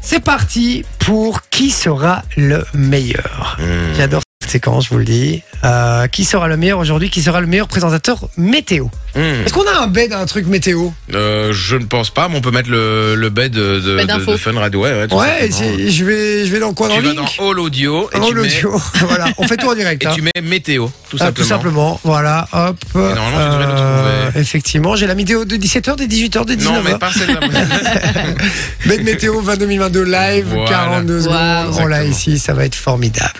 c'est parti pour qui sera le meilleur. Mmh, J'adore cette séquence, je vous le dis. Euh, qui sera le meilleur aujourd'hui Qui sera le meilleur présentateur météo Hmm. Est-ce qu'on a un bed, un truc météo Euh, je ne pense pas, mais on peut mettre le, le bed de, de- Bed de- info. de Fun Radio. Ouais, ouais, tout Ouais, simplement. c'est- je vais, je vais dans quoi dans Tu vas Link dans All Audio et, Dans tu, mets- l'audio. voilà, on fait tout en direct. et hein. tu mets météo, tout Ah, simplement. tout simplement, voilà, hop. Euh, normalement, tu devrais le trouver. Effectivement, j'ai la météo de 17h, des 18h, des 19h. Non, mais pas celle-là. Bête météo 20 2022 live, Voilà. 42 secondes. Wow. On l'a Exactement. ici, ça va être formidable.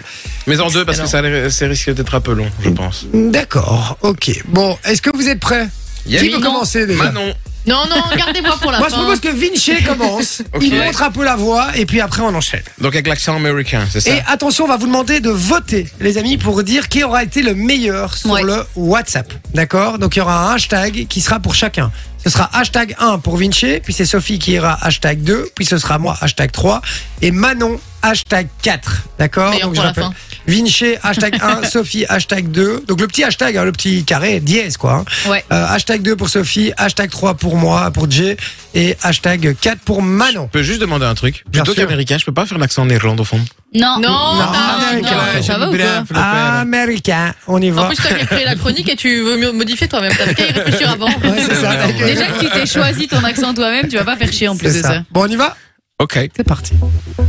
mais en deux, parce que ça a- ça risque d'être un peu long, je pense. D'accord, ok. Bon, est-ce que vous êtes prêts Qui Yannick, veut commencer déjà Manon. Non, non, gardez-moi pour la Moi, je fin. propose que Vinci commence. Ok. Il montre un peu la voie et puis après, on enchaîne. Donc avec l'accent américain, c'est ça Et attention, on va vous demander de voter, les amis, pour dire qui aura été le meilleur sur Ouais. le WhatsApp. D'accord Donc il y aura un hashtag qui sera pour chacun. Ce sera hashtag 1 pour Vinci, puis c'est Sophie qui ira hashtag 2, puis ce sera moi hashtag 3, et Manon hashtag 4. D'accord Meilleur je pour la rappelle, fin. Vinci hashtag 1, Sophie hashtag 2. Donc le petit hashtag, hein, le petit carré, dièse quoi. hein. Ouais. Euh, hashtag 2 pour Sophie, hashtag 3 pour moi, pour Jay, et hashtag 4 pour Manon. Je peux juste demander un truc. Bien Plutôt sûr. qu'américain, je peux pas faire l'accent néerlandophone. Non. Non, non, Ah, mec, Ah, non, ouais, ça va ou quoi Ah. Américain, on y va. En plus, toi qui as créé la chronique et tu veux mieux modifier toi-même. T'avais qu'à y réfléchir avant. Ouais, c'est ça. Merde. d'accord. Déjà que tu t'es choisi ton accent toi-même, tu vas pas faire chier en plus C'est de ça. ça. Bon, on y va Ok. C'est parti.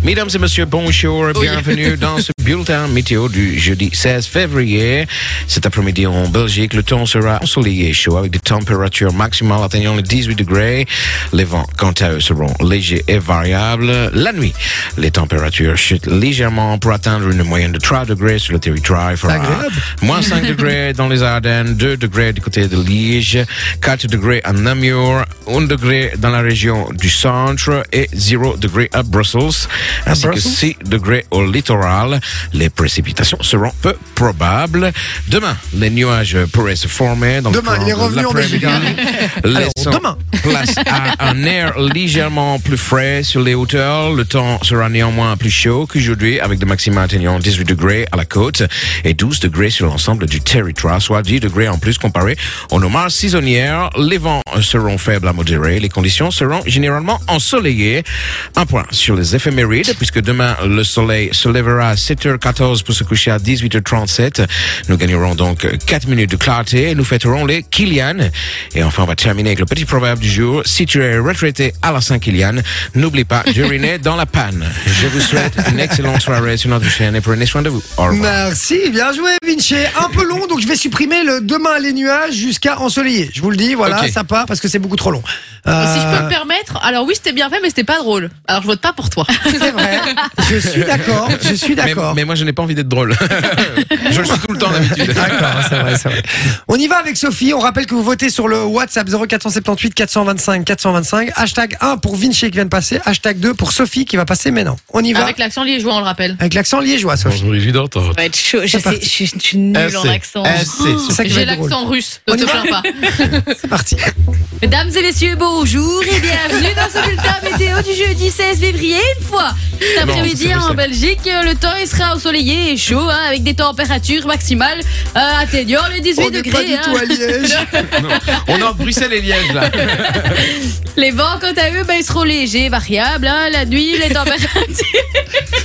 Mesdames et messieurs, bonjour et Oui. bienvenue dans ce bulletin météo du jeudi 16 février. Cet après-midi en Belgique, le temps sera ensoleillé et chaud avec des températures maximales atteignant les 18 degrés. Les vents, quant à eux, seront légers et variables. La nuit, les températures chutent légèrement pour atteindre une moyenne de 3 degrés sur le territoire. Il fera Agréable. moins 5 degrés dans les Ardennes, 2 degrés du côté de Liège, 4 degrés à Namur, 1 degré dans la région du centre et 0 degré à Brussels, ainsi que Brussels 6 degrés au littoral. Les précipitations seront peu probables. Demain, les nuages pourraient se former. Dans Demain, le courant il est de revenu en Belgique. l'après-midi, laissant Alors, demain. place à un air légèrement plus frais sur les hauteurs. Le temps sera néanmoins plus chaud qu'aujourd'hui avec des maximums atteignant 18 degrés à la côte et 12 degrés sur l'ensemble du territoire, soit 10 degrés en plus comparé aux nomades saisonnières. Les vents seront faibles à modérés. Les conditions seront généralement ensoleillées. Un point sur les éphémérides puisque demain le soleil se lèvera à 7h14 pour se coucher à 18h37. Nous gagnerons donc 4 minutes de clarté et nous fêterons les Kilian. Et enfin, on va terminer avec le petit proverbe du jour. Si tu es retraité à la Saint-Kilian, n'oublie pas d'uriner dans la panne. Je vous souhaite une excellente soirée sur notre chaîne et prenez soin de vous. Au revoir. Merci, bien joué Vinci. Un peu long, donc je vais supprimer le demain les nuages jusqu'à ensoleillé. Je vous le dis, voilà, Ok. ça part parce que c'est beaucoup trop long. Et Euh, Ah, Si je peux me permettre, alors oui, c'était bien fait, mais c'était pas drôle. Alors je vote pas pour toi. c'est vrai, Euh, je suis d'accord, je suis Mais, d'accord. mais moi, je n'ai pas envie d'être drôle. je le suis tout le temps d'habitude. D'accord, c'est vrai, c'est vrai. On y va avec Sophie. On rappelle que vous votez sur le WhatsApp 0478 425 425. Hashtag 1 pour Vinci qui vient de passer. Hashtag 2 pour Sophie qui va passer maintenant. On y va Avec l'accent liégeois, on le rappelle. avec l'accent liégeois, Sophie. Bonjour, les d'entendre. Ça va être chaud. Je, sais, parti. Eh, je, suis- je suis nulle en accent. C'est ça qui va J'ai être drôle. l'accent russe, ne On y te va plains pas. C'est parti. Mesdames et messieurs, bonjour et bienvenue dans ce bulletin météo du jeudi 16 février. Une fois cet Non, c'est après-midi vrai, en ça. Belgique, euh, le temps il sera ensoleillé et chaud hein, avec des températures maximales euh, atteignant les 18 Oh, On n'est degrés. pas du hein. tout à Liège. On est entre Bruxelles et Liège, là. Les vents, quant à eux, ben, ils seront légers, variables. hein. La nuit, les températures.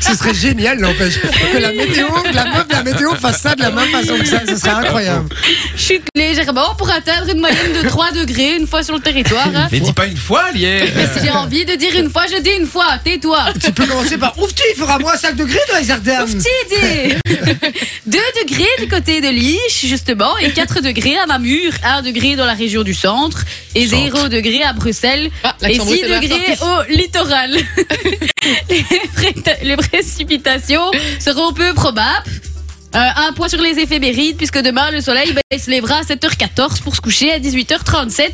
Ce serait génial, n'empêche. Que la météo, que la meuf de la météo fasse ça de la même façon que ça, ce serait incroyable. chute légèrement pour atteindre une moyenne de 3 degrés une fois sur le territoire. hein. Mais dis pas une fois, Liège. Mais si j'ai envie de dire une fois, je dis une fois. Tais-toi. Tu peux commencer par Ouf, tu, il fera moins 5 degrés dans les Ardennes. Ouf, t'es aidé. 2 degrés du côté de Liche, justement, et 4 degrés à Namur, 1 degré dans la région du centre, et 0 degré à Bruxelles, Ah, et 6 l'accent russe, c'est bien degrés sorti. au littoral. les, pré- les précipitations seront peu probables. Euh, un point sur les éphémérides, puisque demain le soleil ben, il se lèvera à 7h14 pour se coucher à 18h37.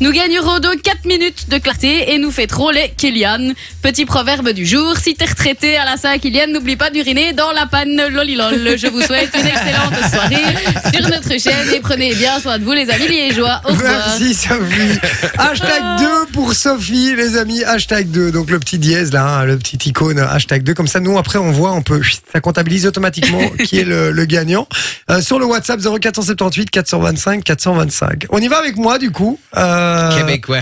Nous gagnerons donc 4 minutes de clarté et nous fêterons les Kélian. Petit proverbe du jour, si t'es retraité à la Saint-Kélian, n'oublie pas d'uriner dans la panne lolilol. Je vous souhaite une excellente soirée sur notre chaîne et prenez bien soin de vous les amis liégeois. Au revoir. Merci Sophie. Hashtag 2 pour Sophie, les amis. Hashtag 2. Donc le petit dièse là, hein, le petit icône. Hashtag 2. Comme ça, nous après, on voit, on peut, ça comptabilise automatiquement qui est le, le gagnant. Euh, sur le WhatsApp 0478 425 425. On y va avec moi du coup. Euh, Québécois.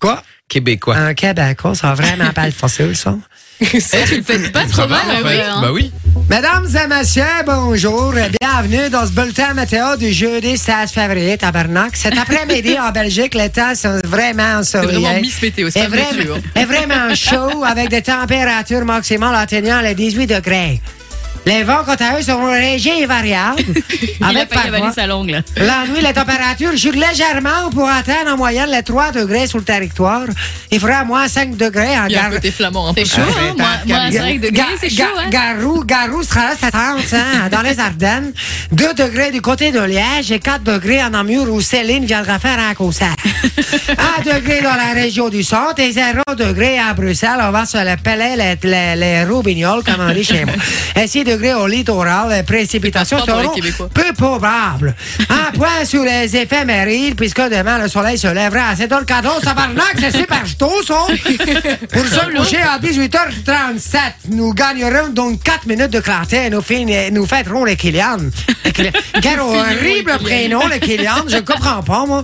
Quoi Québécois. Un Québécois, ça va vraiment pas le français, ça. Ça, tu le fais pas trop mal, en ouais, fait. ouais, hein. Bah oui. Mesdames et messieurs, bonjour et bienvenue dans ce bulletin météo du jeudi 16 février, tabarnak. Cet après-midi, en Belgique, les temps sont vraiment Bah, C'est vraiment ensoleillés. Miss Météo, c'est Et pas Miss vraiment, Météo. et vraiment chaud avec des températures maximales atteignant les 18 degrés. Les vents, quant à eux, seront légers et variables. Il a avec failli parfois- avaler sa langue, là. la nuit, les températures chutent légèrement pour atteindre en moyenne les 3 degrés sur le territoire. Il fera moins 5 degrés en Il y a un garde. côté flamand un peu. C'est chaud, Ah, hein? mais Moins- t'as- Moins Ga- 5 Ga- degrés, c'est chaud, Ga- hein? Garou, Garou sera là cet an, dans les Ardennes. 2 degrés du côté de Liège et 4 degrés en Namur où Céline viendra faire un concert. 1 degré dans la région du centre et 0 degré à Bruxelles. On va se les peler les, les, les roubignoles, comme on dit chez moi. Et 6 degrés au littoral, les précipitations Pas pour les seront Québécois. peu probables. Un point sur les éphémérides, puisque demain le soleil se lèvera. C'est dans le cadeau, ça c'est super tôt, ça. Pour se coucher à 18h37, nous gagnerons donc 4 minutes de clarté et nous, fin- nous fêterons les Kylian. Les Kylian. Quel horrible prénom, les Kylian, je comprends pas, moi.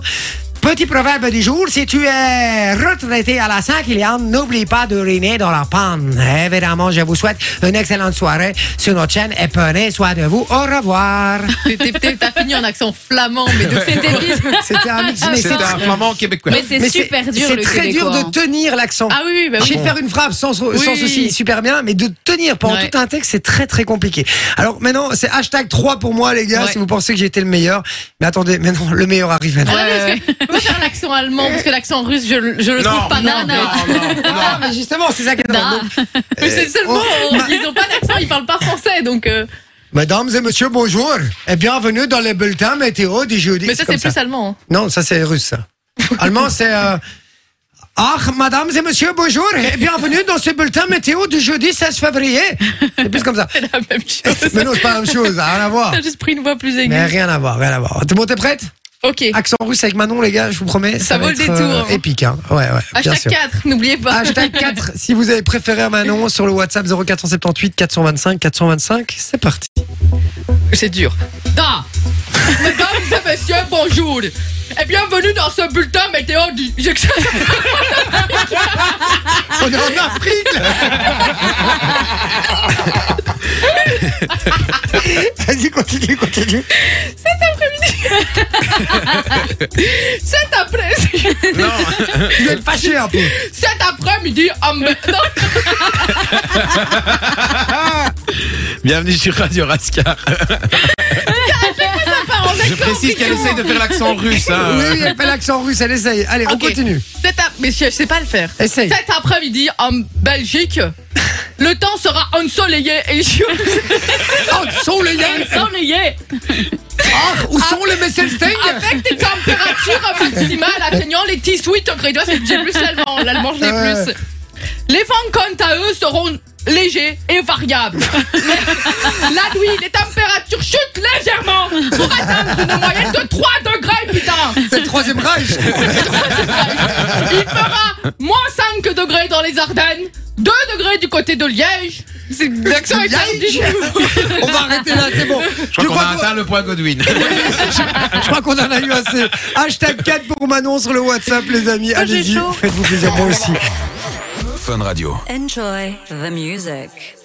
Petit proverbe du jour, si tu es retraité à la Saint-Kylian, n'oublie pas d'uriner dans la panne. Évidemment, je vous souhaite une excellente soirée sur notre chaîne et prenez soin de vous. Au revoir. T'es- t'es- t'es- T'as fini en accent flamand, mais de fait. C'était bizarre. C'était un mix, mais C'est un flamand québécois. Mais c'est mais super c'est- dur, c'est le très dur Québécois, hein. de tenir l'accent. Ah oui, oui, Je bah oui. vais faire une frappe sans, sans Oui. souci, super bien, mais de tenir pendant Ouais. tout un texte, c'est très très compliqué. Alors maintenant, c'est hashtag 3 pour moi, les gars, Ouais. si vous pensez que j'ai été le meilleur. Mais attendez, mais non, le meilleur arrive maintenant. Ouais, parce que- Faut faire l'accent allemand, parce que l'accent russe, je, le- je le trouve pas non, non, nana. non, Ah, mais justement, c'est ça qui est drôle. Ah. Donc, Mais c'est le seul Oh, mot, on- ma- ils ont pas d'accent, ils parlent pas français, donc. euh, Mesdames et messieurs, bonjour et bienvenue dans les bulletins météo du jeudi. Mais ça, comme c'est plus allemand. hein. Non, ça c'est russe. ça. Allemand, c'est. euh, Ah, mesdames et messieurs, bonjour et bienvenue dans ce bulletin météo du jeudi 16 février. C'est plus comme ça. C'est la même chose. Mais non, c'est pas la même chose, ça a hein, rien à voir. T'as juste pris une voix plus aiguë. Mais rien Ah, à voir, rien à voir. T'es bon, t'es prête Ok. Accent russe avec Manon, les gars, je vous promets. Ça vaut va le être, euh, détour. épique, hein. Ouais, ouais. bien Hashtag sûr. 4, n'oubliez pas. Hashtag 4, si vous avez préféré Manon, sur le WhatsApp 0478 425 425, c'est parti. C'est dur. Da Mesdames et messieurs, bonjour et bienvenue dans ce bulletin météo du... Je- Ah. On est en Afrique là. Vas-y, continue, continue. Cet après... non. Je vais être fâché un peu. Cet après-midi, en me- Non, Bienvenue sur Radio Raska. pas en Je accent, précise qu'elle Picsou. essaye de faire l'accent russe. hein. Oui, oui, elle fait l'accent russe, elle essaye. Allez, Ah. Ok. on continue. Cet ap- Mais je je sais pas le faire. Essaye. Cet après-midi, en Belgique, le temps sera ensoleillé et chaud. Oh, sont les gars Ensoleillé. Ah, Où sont les Messelstein Avec des températures maximales atteignant les 18 degrés. Tu vois, c'est- J'ai plus l'allemand. L'allemand, je l'ai Ouais. plus. Les vents, quant à eux, seront légers et variables. La nuit, les températures chutent légèrement pour atteindre une moyenne de 3 degrés, putain. C'est le troisième Reich Il fera moins 5 degrés dans les Ardennes, 2 degrés du côté de Liège. C'est l'accent est Liège indigne. On va arrêter là, c'est bon. Je crois qu'on a que- atteint le point Godwin. Je crois qu'on en a eu assez. Hashtag 4 pour Manon sur le WhatsApp, les amis. j'ai Allez-y, chaud. faites-vous plaisir, moi aussi. Fun Radio. Enjoy the music.